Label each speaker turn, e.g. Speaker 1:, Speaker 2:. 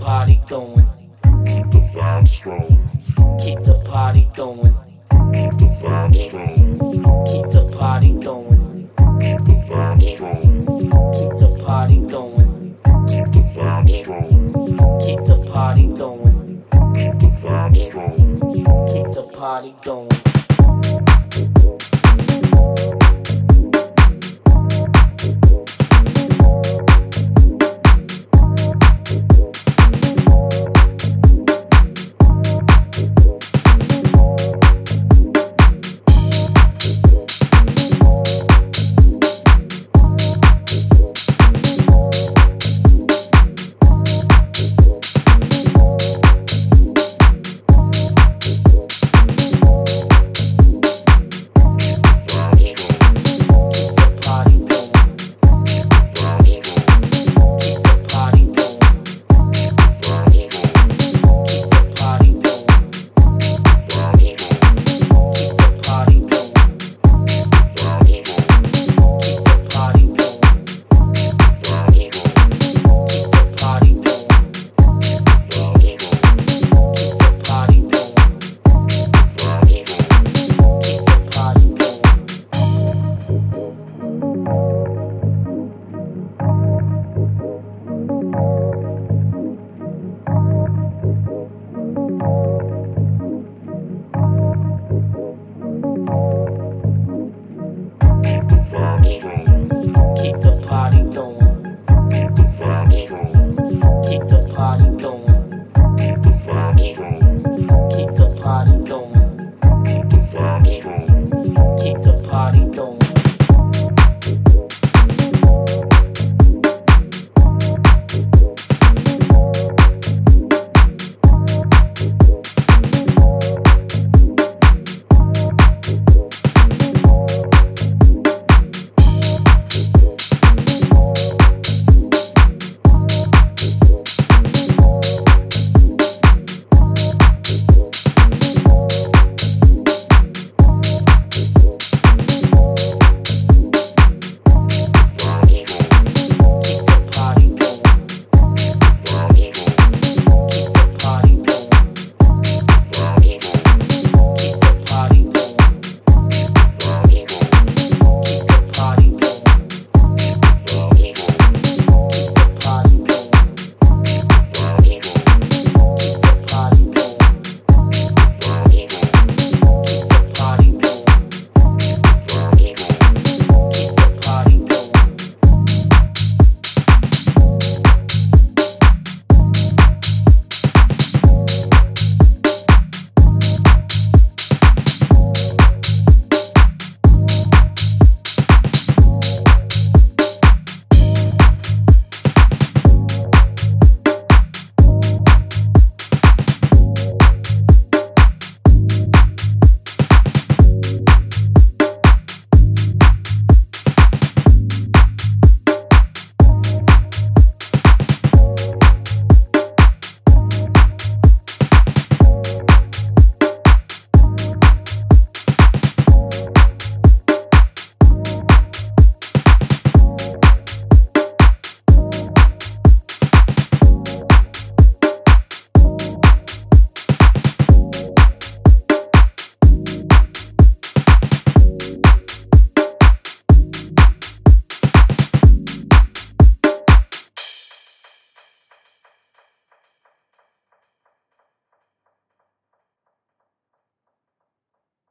Speaker 1: party going.
Speaker 2: Keep the vibe strong.
Speaker 1: Keep the party going.
Speaker 2: Keep the vibe strong.
Speaker 1: Keep the party going.
Speaker 2: Keep the vibe strong.
Speaker 1: Keep the party going.
Speaker 2: Keep the vibe strong.
Speaker 1: Keep the party going.
Speaker 2: Keep the vibe strong.
Speaker 1: Keep the party going.